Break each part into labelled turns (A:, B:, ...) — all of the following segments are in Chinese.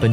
A: 本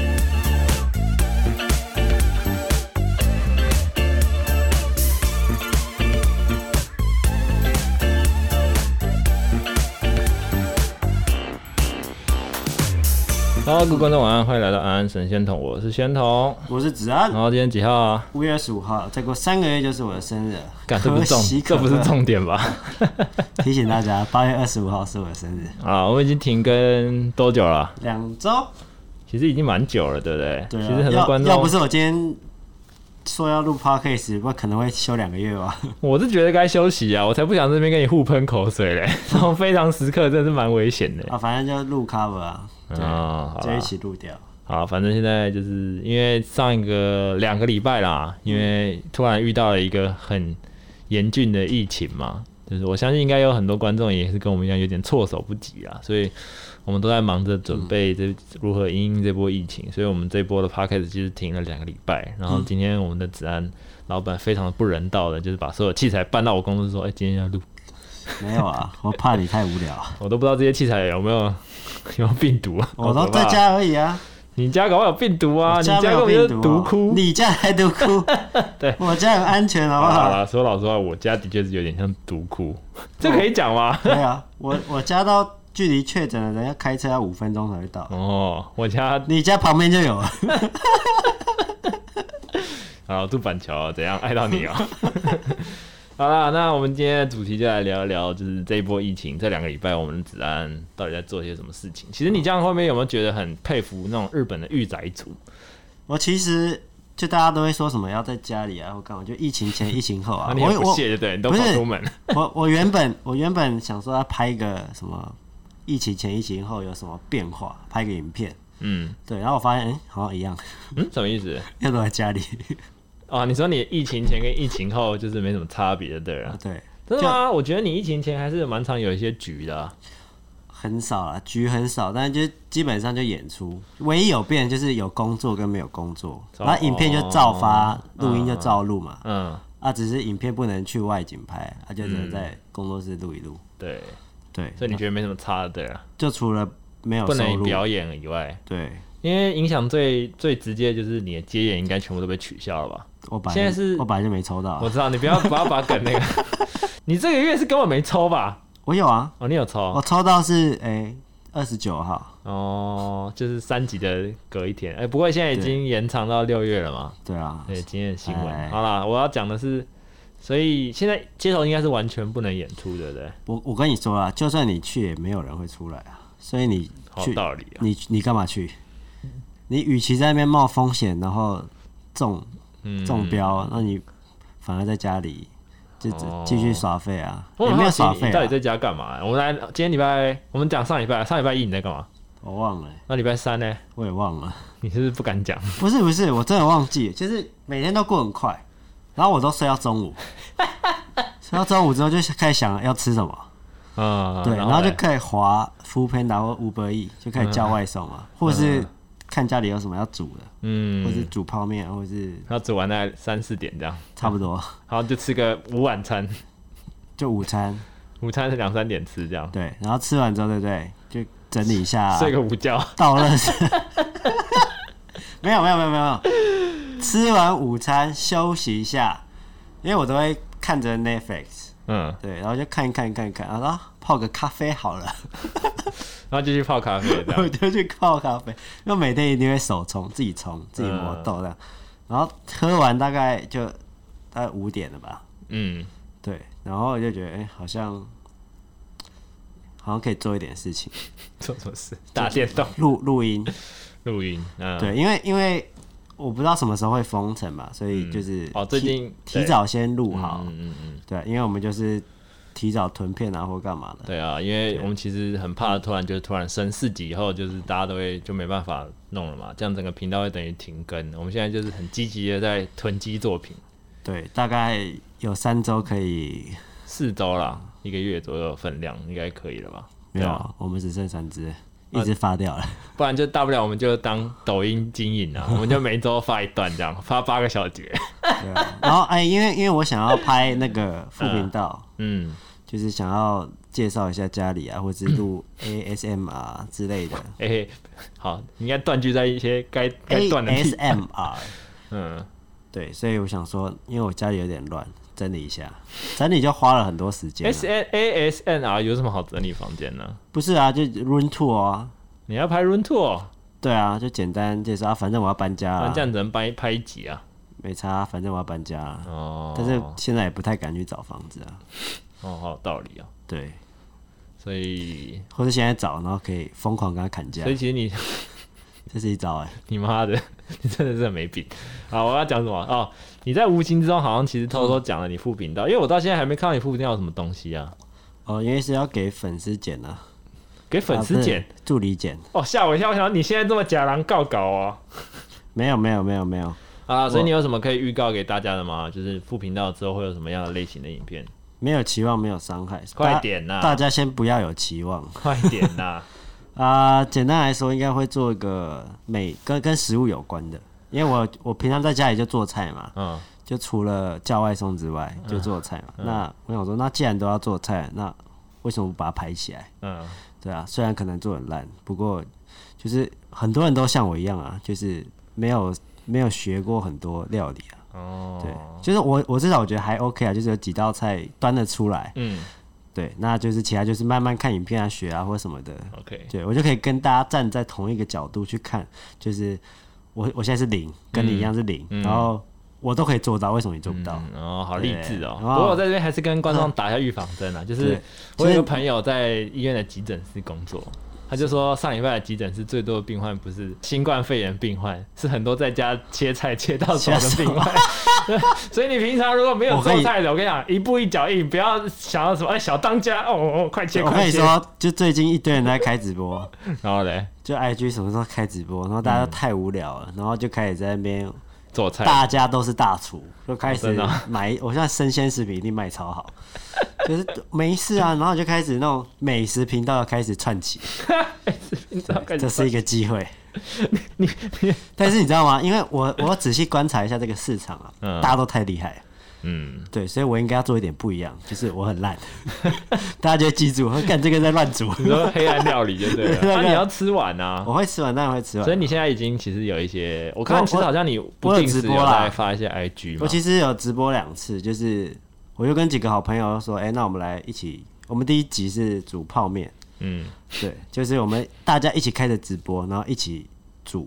A: Hello，各位观众晚安，欢迎来到安安神仙桶，我是仙桶。
B: 我是子安
A: 然，后今天几号啊？
B: 五月二十五号，再过三个月就是我的生日了，
A: 干，这不是
B: 可
A: 重
B: 喜，
A: 这
B: 可
A: 不是
B: 贺。
A: 重点吧？
B: 提醒大家，八月二十五号是我的生日，
A: 啊，我们已经停更多久了啊？
B: 两周。
A: 其实已经蛮久了，对不对？
B: 对啊，
A: 其实很多观
B: 要要
A: 众
B: 不，是我今天说要录 podcast，我可能会休两个 月吧。
A: 我是觉得该休息啊，我才不想这边跟你互喷口水嘞。这种非常时刻真的是蛮危险的。
B: 啊，反正就录 cover 啊，对，
A: 啊，好
B: 就一
A: 啦
B: 起录掉。
A: 好，反正现在就是因为上一个两个礼拜啦，因为突然遇到了一个很严峻的疫情嘛，就是我相信应该有很多观众也是跟我们一样有点措手不及啊，所以我们都在忙着准备这如何因应这波疫情，所以我们这波的 podcast 就是停了两个礼拜，然后今天我们的子安老板非常的不人道的，就是把所有器材搬到我公司说，哎、今天要录，
B: 没有啊，我怕你太 无聊啊，
A: 我都不知道这些器材有没有 有没有病毒啊，好
B: 我都
A: 可怕
B: 哦在，家而已啊。
A: 你家搞不好有病毒啊，
B: 我
A: 你
B: 家没
A: 根
B: 有
A: 本就是
B: 病
A: 毒
B: 毒、
A: 窟
B: 啊，。你家还毒窟？
A: 对，
B: 我家很安全，好不
A: 好
B: 好？
A: 啦，说老实话，我家的确是有点像毒窟，这可以讲吗？
B: 对啊，我我家到距离确诊的人要开车要五分钟才会到，
A: 哦，我家
B: 你家旁边就有。
A: 啊住板桥，怎样爱到 你哦。好啦，那我们今天的主题就来聊一聊，就是这一波疫情，这两个礼拜我们子安到底在做些什么事情？其实你这样后面有没有觉得很佩服那种日本的御宅族？
B: 我其实就大家都会说什么要在家里啊，我干嘛？就疫情前、疫情后啊
A: 啊，，你很
B: 我
A: 不
B: 我
A: 屑对不对？你都
B: 不
A: 跑
B: 是
A: 出门，
B: 我我原本我原本想说要拍一个什么疫情前、疫情后有什么变化，拍个影片。
A: 嗯
B: 对，然后我发现，哎、好像一样，
A: 嗯，什么意思？
B: 又躲在家里。
A: 哦，你说你疫情前跟疫情后就是没什么差别，对了，
B: 对，
A: 真的吗？我觉得你疫情前还是蛮常有一些局的啊、
B: 很少啦，局很少，但是就基本上就演出。唯一有变就是有工作跟没有工作，
A: 照
B: 然后影片就照发
A: 哦，
B: 录、音就照录嘛。
A: 嗯，
B: 啊，只是影片不能去外景拍，啊，就只能在工作室录一录。
A: 对，
B: 对，
A: 所以你觉得没什么差的，对了。
B: 就除了没有
A: 不
B: 啊收
A: 能
B: 入，
A: 表演以外，
B: 对，
A: 因为影响最最直接就是你的接演应该全部都被取消了吧？
B: 我本来
A: 现在是
B: 我本来就没抽到啊、
A: 我知道你不要 不要把梗那个， 你这个月是根本没抽吧？
B: 我有啊，
A: 哦，你有抽
B: 我抽到是哎二十九号，
A: 哦，就是三级的隔一天，哎、不过现在已经延长到六月了嘛？
B: 对啊，
A: 对，今天的新闻。
B: 哎
A: 好啦，我要讲的是，所以现在街头应该是完全不能演出，对不对？
B: 我我跟你说啊啦，就算你去也没有人会出来啊，所以你
A: 好
B: 去
A: 道理啊，
B: 你你干嘛去？你与其在那边冒风险，然后中
A: 嗯
B: 中标，那你反而在家里就只
A: 哦
B: 继续耍废啊，
A: 我
B: 也
A: 很
B: 没
A: 好
B: 有
A: 奇
B: 耍废
A: 你到底
B: 啊。
A: 在家干嘛、我们来，今天礼拜，我们讲上礼拜，上礼拜一你在干嘛？
B: 我忘了，
A: 那礼拜三呢？
B: 我也忘了，
A: 你是不是不敢讲？
B: 不是不是，我真的忘记，就是每天都过很快，然后我都睡到中 午，睡到中午之后就开始想要吃什么，
A: 啊、
B: 对，然后
A: 嘞
B: 就可以滑 f o o Panda 或 Uber E，就可以叫外送嘛，或者是看家里有什么要煮的，或者是
A: 嗯，
B: 煮泡面，或者是
A: 然后煮完大概三四点这样，
B: 差不多
A: 然后就吃个午晚餐，
B: 就午餐，
A: 午餐是两三点吃这样，
B: 对，然后吃完之后，对不对？就整理一下
A: 睡个午觉。
B: 倒垃圾。 没有没有没有没有，吃完午餐休息一下，因为我都会看着 Netflix，
A: 嗯，
B: 对，然后就看一看看一看，然后啊泡个咖啡好了，
A: 然后就去泡咖啡这样。
B: 我就去泡咖啡，因为每天一定会手冲，
A: 嗯
B: 自己冲，自己磨豆这样。然后喝完大概就大概五点了吧，
A: 嗯，
B: 对。然后我就觉得，哎、好像好像可以做一点事情，
A: 做什么事？打电动、
B: 录录音，
A: 录音。嗯，
B: 对，因为因为我不知道什么时候会封城嘛，所以就是
A: 哦最近
B: 提
A: 对
B: 提早先录好，
A: 嗯嗯嗯，
B: 对，因为我们就是提早囤片啊，或干嘛的。
A: 对啊，因为我们其实很怕突然就突然升四级以后，就是大家都会就没办法弄了嘛，这样整个频道会等于停更。我们现在就是很积极的在囤积作品，
B: 对，大概有三周可以，
A: 四周啦，一个月左右的分量应该可以了吧？
B: 没
A: 对
B: 有
A: 啊，呃
B: 啊，我们只剩三只，一只发掉了。
A: 不然就大不了我们就当抖音经营啊，我们就每周发一段这样，发八个小 节。
B: 对啊，然后哎，因为因为我想要拍那个副频道，
A: 嗯，
B: 就是想要介绍一下家里啊，或是 录 ASMR 之类的。
A: 哎、好，你应该断句在一些该该断的地。
B: ASMR，
A: 嗯，
B: 对，所以我想说，因为我家里有点乱，整理一下，整理就花了很多时间啊、
A: S N A S N R 有什么好整理房间呢？
B: 不是啊，就 room tour 啊，
A: 你要拍 room tour，
B: 对啊，就简单介绍、啊，反正我要搬家、
A: 那、
B: 啊
A: 这，样只能拍拍一集啊。
B: 没差、啊，反正我要搬家、啊。
A: 哦，
B: 但是现在也不太敢去找房子啊，
A: 哦，好有道理哦。
B: 对，
A: 所以，
B: 或者现在找，然后可以疯狂跟他砍价
A: 所，以其实你
B: 这是一招哎、
A: 你妈的，你真的是很没品。好，我要讲什么？哦，你在无形之中好像其实偷偷
B: 嗯
A: 讲了你副频道，因为我到现在还没看到你副频道有什么东西啊，
B: 哦，因为是要给粉丝剪啊，
A: 给粉丝剪
B: 啊、不是助理剪，
A: 哦，吓我一跳！我想你现在这么假狼告稿哦。
B: 没有没有没有没有
A: 啊，所以你有什么可以预告给大家的吗？就是副频道之后会有什么样的类型的影片？
B: 没有期望，没有伤害，
A: 快
B: 大
A: 点啊呐、
B: 大家先不要有期望
A: 快点呐、
B: 啊、简单来说，应该会做一个美跟跟食物有关的，因为我我平常在家里就做菜嘛，
A: 嗯，
B: 就除了叫外送之外，就做菜嘛。那我想说，那既然都要做菜，那为什么不把它拍起来？
A: 嗯，
B: 对啊，虽然可能做很烂，不过就是很多人都像我一样啊，就是没有没有学过很多料理啊。
A: 哦，
B: 对，就是我我至少我觉得还 OK 啊，就是有几道菜端得出来。
A: 嗯
B: 对，那就是其他就是慢慢看影片啊、学啊或什么的。
A: ，OK，
B: 对我就可以跟大家站在同一个角度去看，就是我我现在是零，跟你一样是零，然后我都可以做到，为什么你做不到？
A: 嗯，哦，好励志哦。
B: 对嗯
A: 不过我在这边还是跟观众打一下预防针啊，就是
B: 对
A: 我有一个朋友在医院的急诊室工作，他就说上礼拜的急诊室最多的病患不是新冠肺炎病患，是很多在家切菜切到手的病患。 所以你平常如果没有
B: 我可以
A: 做菜的，我跟你讲，一步一脚印，不要想要什么哎小当家哦哦，哦快切
B: 我跟
A: 快
B: 你
A: 切。
B: 说，就最近一堆人都在开直播，
A: 然后嘞，
B: 就 IG 什么时候开直播，然后大家都
A: 嗯
B: 太无聊了，然后就开始在那边，
A: 做菜
B: 大家都是大厨，就开
A: 哦
B: 始
A: 真的啊
B: 买。我现在生鲜食品一定卖超好， 就是没事啊，然后就开始那种美食频道开始串起，
A: 你知道干
B: 这是一个机会。
A: 你你
B: 但是你知道吗？因为我我仔细观察一下这个市场啊，
A: 嗯
B: 大家都太厉害了。
A: 嗯，
B: 对，所以我应该要做一点不一样，就是我很烂， 大家就会记住，我干这个在乱煮，
A: 你说黑暗料理就对了
B: ，对对
A: 那你要吃完啊。
B: 哦我会吃完，当然会吃
A: 所以
B: 完。
A: 你现在已经其实有一些，我看
B: 我
A: 其实好像你不
B: 我有
A: 定时
B: 直播
A: 有
B: 啦
A: 在发一些 IG 嘛
B: 我，其实有直播两次，就是我就跟几个好朋友说，哎、那我们来一起，我们第一集是煮泡面，
A: 嗯，
B: 对，就是我们大家一起开着直播，然后一起煮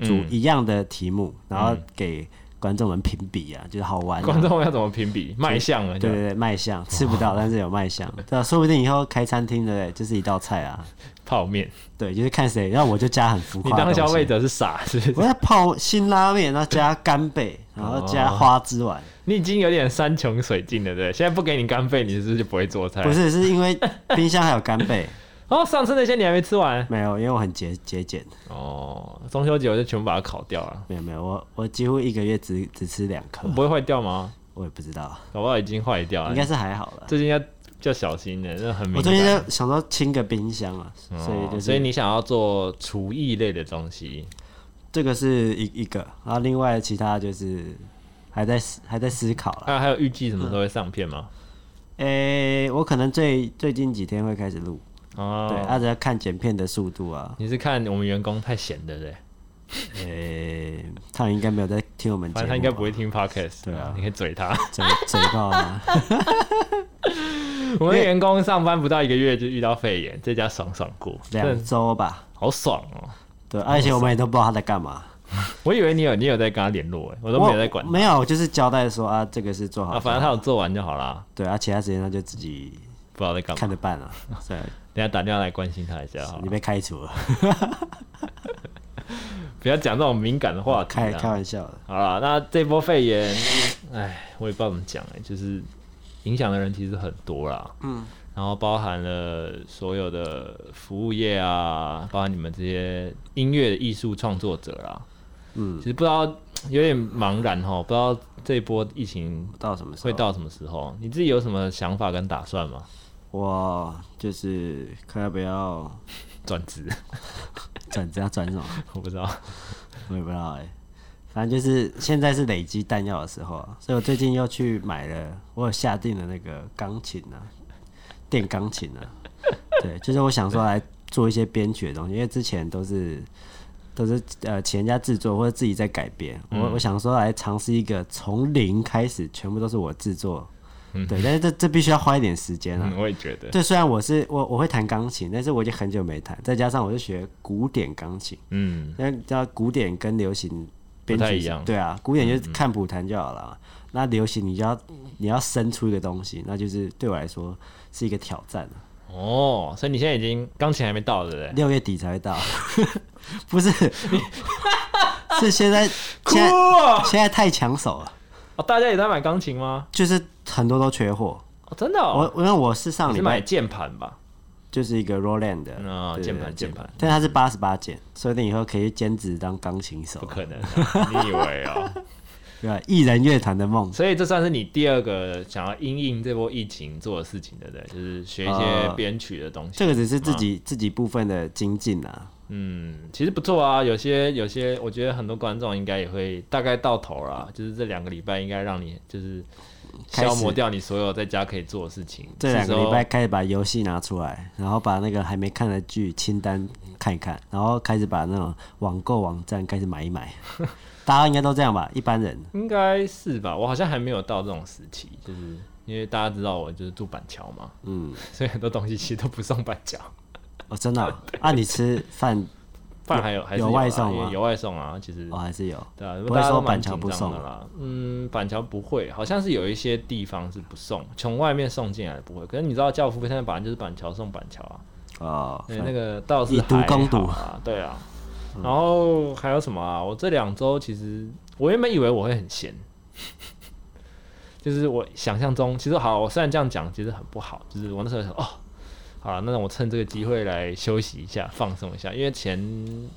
B: 煮
A: 嗯
B: 一样的题目，然后给观众们评比啊，就是好玩、啊。
A: 嗯观众要怎么评比卖相啊？对，
B: 对对对，卖相吃不到，但是有卖相，对啊，说不定以后开餐厅，对不对？就是一道菜啊，
A: 泡面，
B: 对，就是看谁，然后我就加很浮
A: 你
B: 夸。
A: 当消费，者是傻是不
B: 我
A: 是？
B: 要泡辛拉面，然后加干贝，然后加
A: 哦
B: 花枝丸。
A: 你已经有点山穷水尽了，对不对？现在不给你干贝，你是不是就不会做菜？
B: 不，是，是因为冰箱还有干贝，
A: 哦，上次那些你还没吃完
B: 没有，因为我很节节俭，
A: 哦。中秋节我就全部把它烤掉了，
B: 没有没有，我我几乎一个月只只吃两颗，
A: 不会坏掉吗？
B: 我也不知道，
A: 搞嗯不好已经坏掉了，
B: 应该是还好了。
A: 最近要要小心的，那很敏
B: 我最近
A: 感。哦
B: 就想说清个冰箱啊，所以就
A: 哦所以
B: 是
A: 你想要做厨艺类的东西，
B: 这个是一一个，然后另外其他就是还在思还在思考了。
A: 那还有预计什么时候会上片吗？
B: 诶、我可能最最近几天会开始录，对，
A: 哦，
B: 啊，只要看剪片的速 度啊。
A: 你是看我们员工太闲了，对不对？
B: 诶、他应该没有在听我们节
A: 反
B: 目
A: 正
B: 啊，
A: 他应该不会听 podcast，
B: 对啊
A: 你可以嘴他。
B: 嘴嘴爆啊。
A: 我们员工上班不到一个月就遇到肺炎，在家爽爽过，真
B: 两
A: 的
B: 周吧。
A: 好爽哦！
B: 对，而且我们也都不知道他在干嘛，
A: 我以为你有你有在跟他联络，哎，我都没有在管
B: 我没有，我就是交代说啊，这个是做好
A: 啊，
B: 的，
A: 反正他有做完就好啦，
B: 对，啊，其他时间他就自己
A: 不知道在干
B: 看
A: 嘛。
B: 着办了。对，
A: 等一下打电话来关心他一下好
B: 你
A: 了，
B: 被开 除了，
A: 不要讲这种敏感的话题
B: 开
A: 啦
B: 开。玩笑的。
A: 好了，那这波肺炎，哎，我也不知道怎么讲哎、就是影响的人其实很多啦。
B: 嗯，
A: 然后包含了所有的服务业啊，包含你们这些音乐艺术创作者啦。
B: 嗯
A: 其实不知道有点茫然哈，不知道这一波疫情
B: 到什么时候？
A: 会到什么时候？你自己有什么想法跟打算吗？
B: 我就是看要不要
A: 转职？
B: 转职，要转什么？
A: 我不知道。
B: 我也不知道哎、反正就是现在是累积弹药的时候啊，所以我最近又去买了，我有下定了那个钢琴啊，电钢琴啊， 对，就是我想说来做一些编曲的东西，因为之前都是都是呃请人家制作或者自己在改编，我我想说来尝试一个从零开始，全部都是我制作，对，但是这这必须要花一点时间啊，
A: 嗯，我也觉 得。
B: 对，虽然我是我我会弹钢琴，但是我已经很久没弹，再加上我是学古典钢琴。
A: 嗯，
B: 那你知道古典跟流行编
A: 不太
B: 曲
A: 一
B: 是
A: 样嗯
B: 对啊，古典就是看谱弹就好了嘛。那流行你就要你要生出一个东西，那就是对我来说是一个挑战啊。
A: 哦，所以你现在已经钢琴还没到，对不对？
B: 六月底才会到， 不是？ 是现在现在
A: 哦！
B: 现在太抢手了，
A: 哦大家也在买钢琴吗？
B: 就是很多都缺货。
A: 哦，真的、哦，
B: 我因为我是上
A: 你
B: 礼
A: 是
B: 拜
A: 买键盘吧？
B: 就是一个 Roland 的
A: 嗯啊
B: 对
A: 键
B: 对
A: 盘
B: 对
A: 键盘
B: 但它是八十八键，所以你以后可以兼职当钢琴手
A: 不，可能、 啊，你以为哦？
B: 对吧？艺人乐团的梦。
A: 所以这算是你第二个想要因应这波疫情做的事情，对不对？就是学一些
B: 呃
A: 编曲的东西。
B: 这个只是自己自己部分的精进啊，
A: 嗯，其实不错啊。有些有些，我觉得很多观众应该也会大概到头啦，就是这两个礼拜应该让你就是
B: 开始
A: 消磨掉你所有在家可以做的事情。
B: 这两
A: 是
B: 个
A: 时候
B: 礼拜开始把游戏拿出来，然后把那个还没看的剧清单看一看，然后开始把那种网购网站开始买一 买。大家应该都这样吧？一般人
A: 应该是吧？我好像还没有到这种时期，就是因为大家知道我就是住板桥嘛，嗯，所以很多东西其实都不送板桥，
B: 哦，真的 哦、啊，你吃饭
A: 饭还有还是
B: 有
A: 啦
B: 外送吗
A: 也有外送啊，其实
B: 我、哦、还是有，
A: 对啊，
B: 不会
A: 大家
B: 说
A: 都蛮
B: 板桥
A: 紧
B: 不
A: 张
B: 送
A: 的啦。嗯，板桥不会，好像是有一些地方是不送，从外面送进来的不会。可是你知道教父现在本来就是板桥送板桥啊，
B: 哦，
A: 对，那个倒是
B: 以毒
A: 还
B: 攻
A: 好
B: 毒嗯
A: 啊，对啊。然后还有什么啊？我这两周其实我原本以为我会很闲， 就是我想象中其实好，我虽然这样讲其实很不好，就是我那时候想哦，好啦那我趁这个机会来休息一下，放松一下，因为前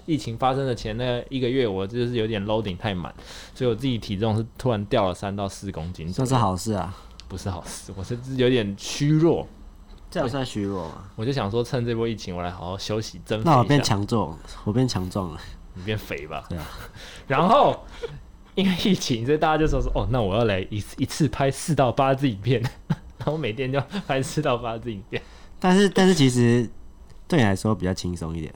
A: 疫情发生的前那一个月，我就是有点 loading 太满，所以我自己体重是突然掉了三到四公斤左右，
B: 算是好事啊，
A: 不是好事，我是有点虚弱，
B: 这样算虚弱吗？
A: 我就想说趁这波疫情我来好好休息，增肥
B: 那我
A: 一
B: 变
A: 下。
B: 强壮，我变强壮了，
A: 你变肥吧。
B: 对啊
A: 然后因为疫情，所以大家就说说哦，那我要来一次一次拍四到八支影片，然后每天就拍四到八支影片。
B: 但是但是其实对你来说比较轻松一点，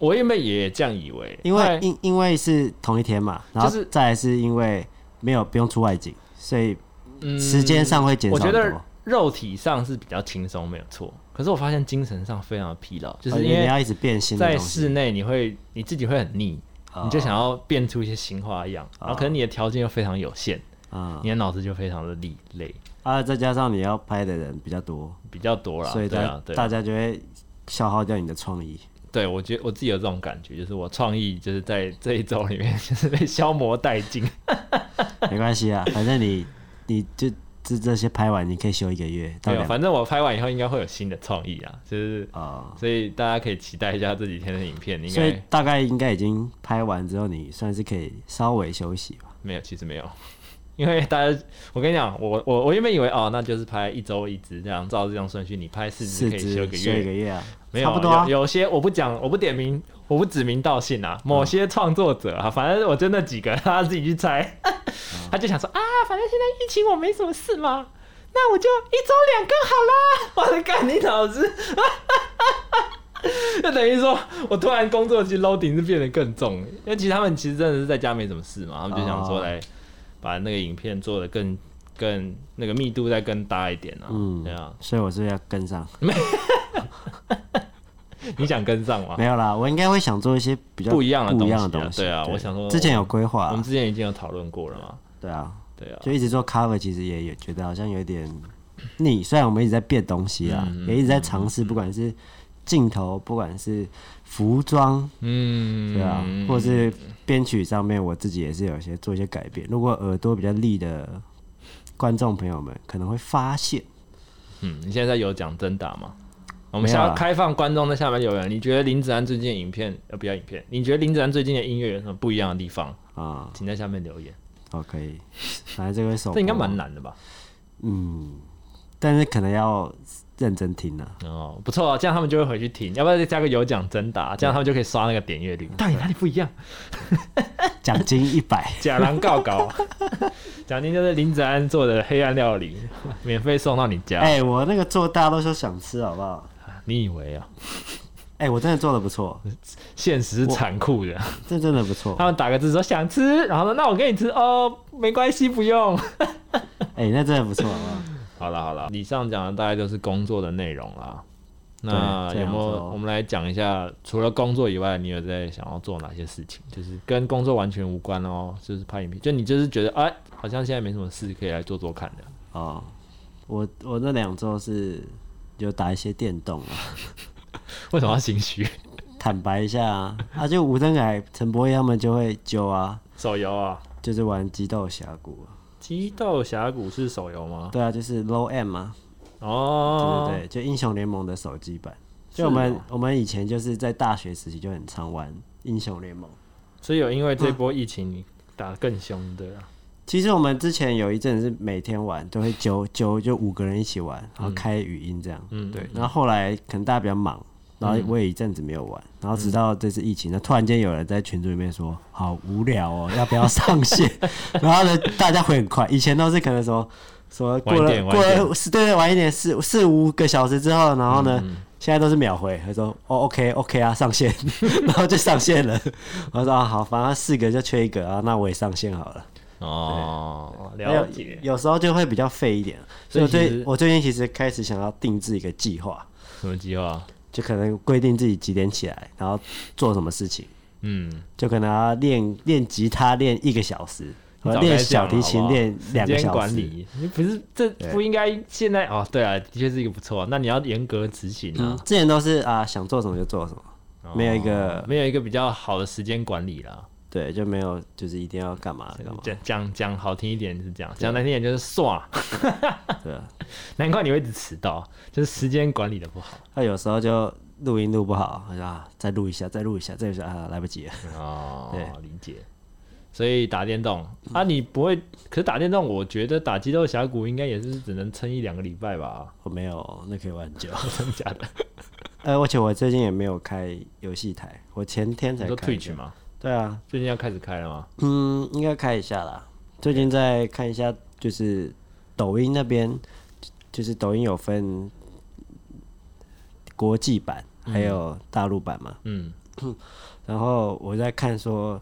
A: 我原本也这样以为，
B: 因
A: 后来
B: 为因因为是同一天嘛，然后
A: 就是
B: 再来是因为没有不用出外景，所以
A: 嗯
B: 时间上会减少
A: 我觉
B: 很
A: 得
B: 多。
A: 肉体上是比较轻松，没有错。可是我发现精神上非常的疲劳，就
B: 哦
A: 是
B: 你
A: 因
B: 你
A: 为
B: 要一直变新的
A: 在
B: 东西
A: 室，内你会你自己会很腻，
B: 哦
A: 你就想要变出一些新花样，然后可能你的条件又非常有限，
B: 啊
A: 你的脑子就非常的力累，
B: 啊，再加上你要拍的人比较多，
A: 比较多啦。
B: 所以
A: 对啊
B: 大，
A: 对啊
B: 大家就会消耗掉你的创意。
A: 对，我觉得我自己有这种感觉，就是我创意就是在这一周里面 就是被消磨殆尽。
B: 没关系啊，反正你你就这这些拍完，你可以休一个月到
A: 对，
B: 两
A: 反正我拍完以后应该会有新的创意啊，就是
B: 啊，
A: 所以大家可以期待一下这几天的影片，应
B: 所以
A: 该
B: 大概应该已经拍完之后，你算是可以稍微休息吧。
A: 没有，其实没有。 因为大家，我跟你讲，我我我原本以为哦，那就是拍一周一支这样，照这种顺序，你拍四支
B: 四
A: 可以
B: 肢
A: 休一
B: 休
A: 个月
B: 一，个月啊，
A: 没有
B: 差不多啊。嗯
A: 有。有些我不讲，我不点名，我不指名道姓啊。某些创作者啊，反正我就那几个， 他自己去猜。
B: 嗯
A: 他就想说啊，反正现在疫情我没什么事嘛，那我就一周两更好啦。我的 干你老子！ 就等于说，我突然工作去 loading 是变得更重，因为其实他们其实真的是在家没什么事嘛，他们就想说
B: 哦
A: 来把那个影片做的更更那个密度再更大一点啊，
B: 嗯
A: 对啊，
B: 所以我是不是要跟上，
A: 你想跟上吗？
B: 没有啦，我应该会想做一些比较
A: 不一样的
B: 不
A: 东
B: 一
A: 西啊
B: 样的东西。
A: 对啊我想说
B: 之前有规划
A: 我们
B: 啊，
A: 之前已经有讨论过了嘛，
B: 对啊，
A: 对啊，
B: 就一直做 cover，其实也也觉得好像有点腻。虽然我们一直在变东西啊，
A: 嗯
B: 也一直在尝试，不管是镜头，不管是服装，
A: 嗯，
B: 对啊，或是编曲上面，我自己也是有一些做一些改变。如果耳朵比较利的观众朋友们可能会发现，
A: 嗯，你现在有讲真打吗？我们
B: 没有
A: 想要
B: 啦
A: 开放观众在下面留言，你觉得林子安最近的影片呃不要影片，你觉得林子安最近的音乐有什么不一样的地方？
B: 啊、
A: 请在下面留言，
B: 好可以，反正这位 手
A: 这应该
B: 播
A: 蛮难的吧？
B: 嗯，但是可能要认真听啊。
A: 哦，不错啊，这样他们就会回去听，要不然再加个有奖真打，这样他们就可以刷那个点阅率。到底哪里不一样？
B: 奖金一百，
A: 假狼告 告，奖金就是林子安做的黑暗料 理，免费送到你家。
B: 哎，我那个做大家都说想吃，好不好？
A: 你以为啊？
B: 哎、我真的做的不错，
A: 现实是残酷的，
B: 这真的不错
A: 他。们打个字说想吃，然后说那我给你吃哦，没关系，不用。
B: 哎、那真的不错，好不好？
A: 好了好了，以上讲的大概就是工作的内容啦。那
B: 对
A: 有没
B: 这样子
A: 有
B: 哦
A: 我们来讲一下，除了工作以外，你有在想要做哪些事情？就是跟工作完全无关哦，就是拍影片，就你就是觉得哎，好像现在没什么事可以来做做看 的。
B: 哦，我我那两周是有打一些电动啊，
A: 为什么要心虚？
B: 坦白一下啊，啊就吴登凯、陈柏霖他们就会揪啊，
A: 手游啊，
B: 就是玩激斗峡谷啊、
A: 《激斗峡谷》是手游吗？
B: 对啊，就是 Low M 嘛、
A: 哦，
B: 对对对，就英雄联盟的手机版。
A: 是
B: 就我们、
A: 哦
B: 我们以前就是在大学时期就很常玩英雄联盟。
A: 所以有因为这波疫情你打得更凶的啦。
B: 其实我们之前有一阵是每天玩，都会揪揪就五个人一起玩，然后开语音这样。
A: 嗯
B: 对。然后后来可能大家比较忙，然后我也一阵子没有玩，然
A: 嗯
B: 后直到这次疫情，那突然间有人在群组里面说：“好无聊哦，要不要上线？” 然后呢，大家会很快，以前都是可能说说过
A: 晚一
B: 了
A: 点
B: 过
A: 晚一
B: 了四对晚一点四四五个小时之后，然后呢，
A: 嗯
B: 现在都是秒回，他说：“哦，OK OK 啊，上线。” 然后就上线了。我说：“啊，好，反正四个就缺一个啊，那我也上线好了。”
A: 哦，
B: 有
A: 了解。
B: 有时候就会比较费一点，所以我
A: 所以其
B: 最
A: 实
B: 我最近其实开始想要定制一个计划，
A: 什么计划？
B: 就可能规定自己几点起来，然后做什么事情，
A: 嗯，
B: 就可能要练练吉他练一个小时，
A: 你
B: 然
A: 早该
B: 后啊练
A: 讲
B: 小提
A: 好
B: 琴
A: 不好
B: 练两个
A: 时间
B: 小
A: 管
B: 时。
A: 理，你不是这
B: 对
A: 不应该现在哦？对啊，的确是一个不错。那你要严格执行
B: 嗯
A: 啊，，
B: 之前都是啊想做什么就做什么，
A: 哦
B: 没有一个
A: 没有一个比较好的时间管理啦。
B: 对，就没有就是一定要干嘛干嘛，
A: 讲讲讲好听一点是这样，讲难听一点就是算。
B: 对啊，
A: 难怪你会一直迟到，就是时间管理的不好。
B: 那有时候就录音录不好，我就啊再录一下，再录一下，再录一下啊来不及了。
A: 哦，
B: 对
A: 理解。所以打电动啊，你不会？可是打电动，我觉得打激斗峡谷应该也是只能撑一两个礼拜吧？
B: 我没有，那可以玩很久。
A: 真的假的？
B: 呃，而且我最近也没有开游戏台，我前天
A: 你
B: 才
A: 说
B: 开。
A: Twitch 吗？
B: 对啊，
A: 最近要开始开了吗？
B: 嗯，应该开一下啦。最近在看一下，就是抖音那边，就是抖音有分国际版还有大陆版嘛。
A: 嗯，。
B: 然后我在看说，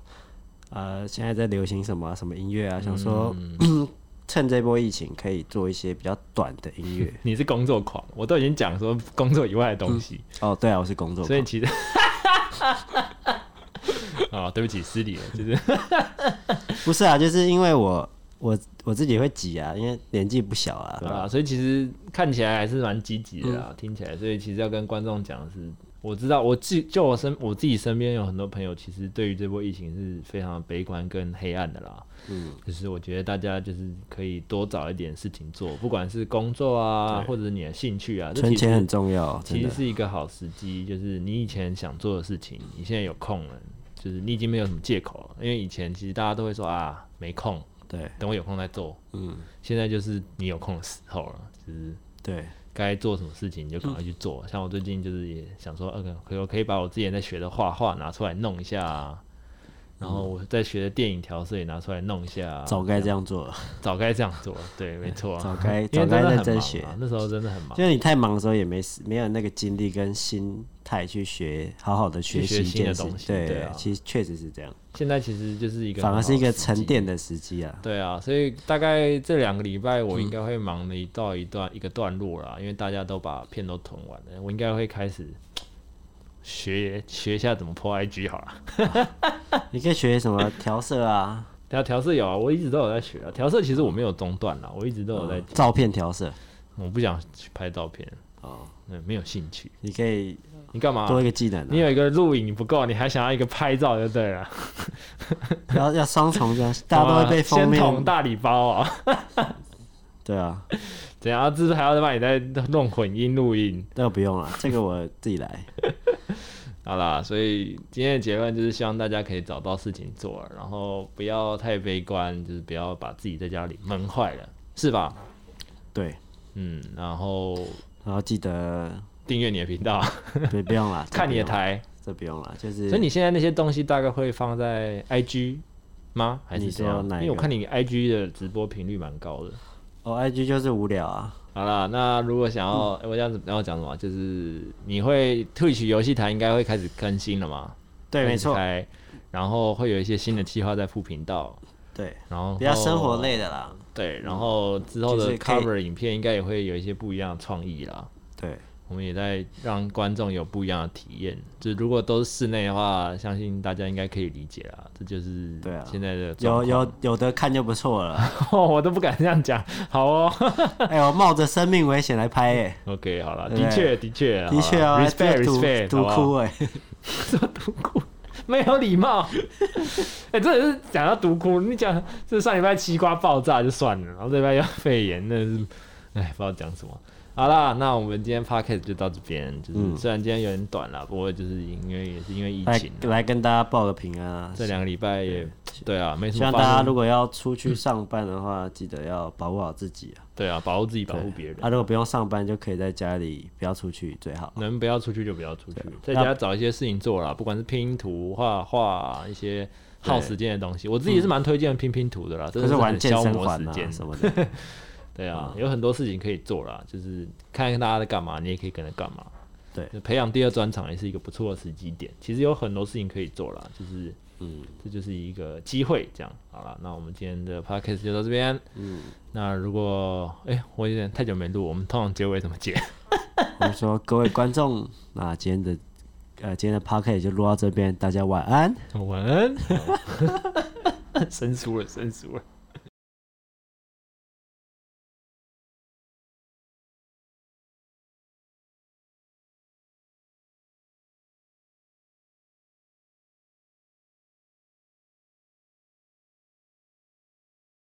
B: 呃，现在在流行什么啊、什么音乐啊，想说、 趁这波疫情可以做一些比较短的音乐
A: 你是工作狂，我都已经讲说工作以外的东西，
B: 哦，对啊，我是工作狂，
A: 所以其实。 啊、对不起，失礼了，就是
B: 不是啊，就是因为我我我自己会挤啊，因为年纪不小啊，嗯
A: 对啊，所以其实看起来还是蛮积极的啊，听起来，所以其实要跟观众讲的是，我知道我自就我身我自己身边有很多朋友，其实对于这波疫情是非常悲观跟黑暗的啦。嗯，就是我觉得大家就是可以多找一点事情做，不管是工作啊，或者是你的兴趣啊，这
B: 存
A: 其实
B: 钱很重要，真
A: 其
B: 的
A: 实。是一个好时机，就是你以前想做的事情，你现在有空了，就是你已经没有什么借口了。因为以前其实大家都会说啊，没空，
B: 对
A: 等我有空再做。
B: 嗯，
A: 现在就是你有空的时候了，就是
B: 对，
A: 该做什么事情你就赶快去做。像我最近就是也想说，呃，可我可以把我之前在学的画画拿出来弄一下、啊，然后我在学的电影调色也拿出来弄一下、啊。
B: 早该这样做了，
A: 早该这样做，对，没错、啊，
B: 早该
A: 因为
B: 早该
A: 真的很
B: 认真
A: 忙
B: 学
A: 啊那时候真的很忙。
B: 就是你太忙的时候也没时没有那个精力跟心态去学，好好的学习一件
A: 去学新的
B: 事
A: 东。西
B: 对，
A: 对啊
B: 其实确实是这样，
A: 现在其实就是一个
B: 反而是一个
A: 很好的时机
B: 沉淀的时机啊。
A: 对啊，所以大概这两个礼拜我应该会忙了一到一段、一个段落
B: 嗯
A: 啦，因为大家都把片都囤完了，我应该会开始学学一下怎么破 IG 好了。
B: 啊你可以学什么调色啊，
A: 调调色有啊，我一直都有在学啊。调色其实我没有中断啦，我一直都有在，
B: 哦照片调色
A: 我不想去拍照片，
B: 哦，
A: 嗯，没有兴趣。
B: 你可以
A: 你干嘛？
B: 多一个技能
A: 你
B: 啊，
A: 有一个录影不够，你还想要一个拍照就对了，
B: 要要双重这样，大家都会被封
A: 先捅
B: 面
A: 大礼包啊！
B: 对啊，
A: 怎样？是不是还要再帮你再弄混音录音？
B: 那个不用了，这个我自己来。
A: 好啦，所以今天的结论就是希望大家可以找到事情做，然后不要太悲观，就是不要把自己在家里闷坏了，是吧？
B: 对，
A: 嗯，然后
B: 然后记得
A: 订阅你的频 道，
B: 不不用了，这
A: 看你的
B: 不用啦，
A: 台。
B: 这不用了，就是
A: 所以你现在那些东西大概会放在 IG 吗？还是
B: 你
A: 怎
B: 说
A: 样？
B: 哪一
A: 因为我
B: 个
A: 看你 IG 的直播频率蛮高的。
B: 哦，IG 就是无聊啊，
A: 好啦，那如果想
B: 嗯
A: 要、诶我这样子，然后讲什么啊？就是你会 Twitch 游戏台应该会开始更新了嘛？
B: 对，没错，
A: 开始开。然后会有一些新的计划在副频道，
B: 对，
A: 然后
B: 比较生活。类的啦，
A: 对，然后之后
B: 嗯就
A: 的
B: 是可以
A: cover 影片应该也会有一些不一样的创意啦。
B: 对，
A: 我们也在让观众有不一样的体验。就是如果都是室内的话，相信大家应该可以理解啦。这就是
B: 对啊
A: 现在的状
B: 有
A: 况
B: 有有的看就不错了。
A: 我都不敢这样讲。好哦
B: 哎呦，冒着生命危险来拍哎、
A: ，OK，好了，
B: 对不
A: 的确
B: 对
A: 的确
B: 的确啊，
A: ，respect
B: 这
A: respect，
B: 毒毒
A: 好不
B: 窟
A: 好
B: 哎、
A: 没有礼貌。 哎、真的是讲到毒窟，你讲这上礼拜西瓜爆炸就算了，然后这礼拜又肺炎，那是哎不知道讲什么。好啦，那我们今天 podcast 就到这边，就是、
B: 嗯
A: 虽然今天有点短啦，不过就是因为也是因为疫
B: 来
A: 情啊，
B: 来跟大家报个平安啊！
A: 这两个礼拜也对啊，没什
B: 希
A: 么
B: 望
A: 发
B: 大
A: 生。
B: 家如果要出去上班的话，记得要保护好自己啊。
A: 对啊，保护自己，保护别人，
B: 啊，如果不用上班，就可以在家里不要出去最好。
A: 能不要出去就不要出去，在
B: 那
A: 家找一些事情做啦，不管是拼图、画画一些耗时间的东西，我自己是蛮推荐拼拼图的啦，真
B: 可
A: 的
B: 是玩
A: 很
B: 健
A: 消
B: 身
A: 磨
B: 环
A: 时
B: 啊
A: 间。
B: 什么 的，
A: 对啊，有很多事情可以做啦，就是看看大家在干嘛，你也可以跟着干嘛。
B: 对
A: 就培养第二专场也是一个不错的时机点。其实有很多事情可以做啦，就是
B: 嗯，
A: 这就是一个机会。这样好了，那我们今天的 podcast 就到这边。嗯，那如果哎、我有点太久没录，我们通常结尾怎么结？
B: 我们说各位观众，那今天的呃今天的 p o c a s t 就录到这边，大家晚安。
A: 晚安。生疏了，生疏了。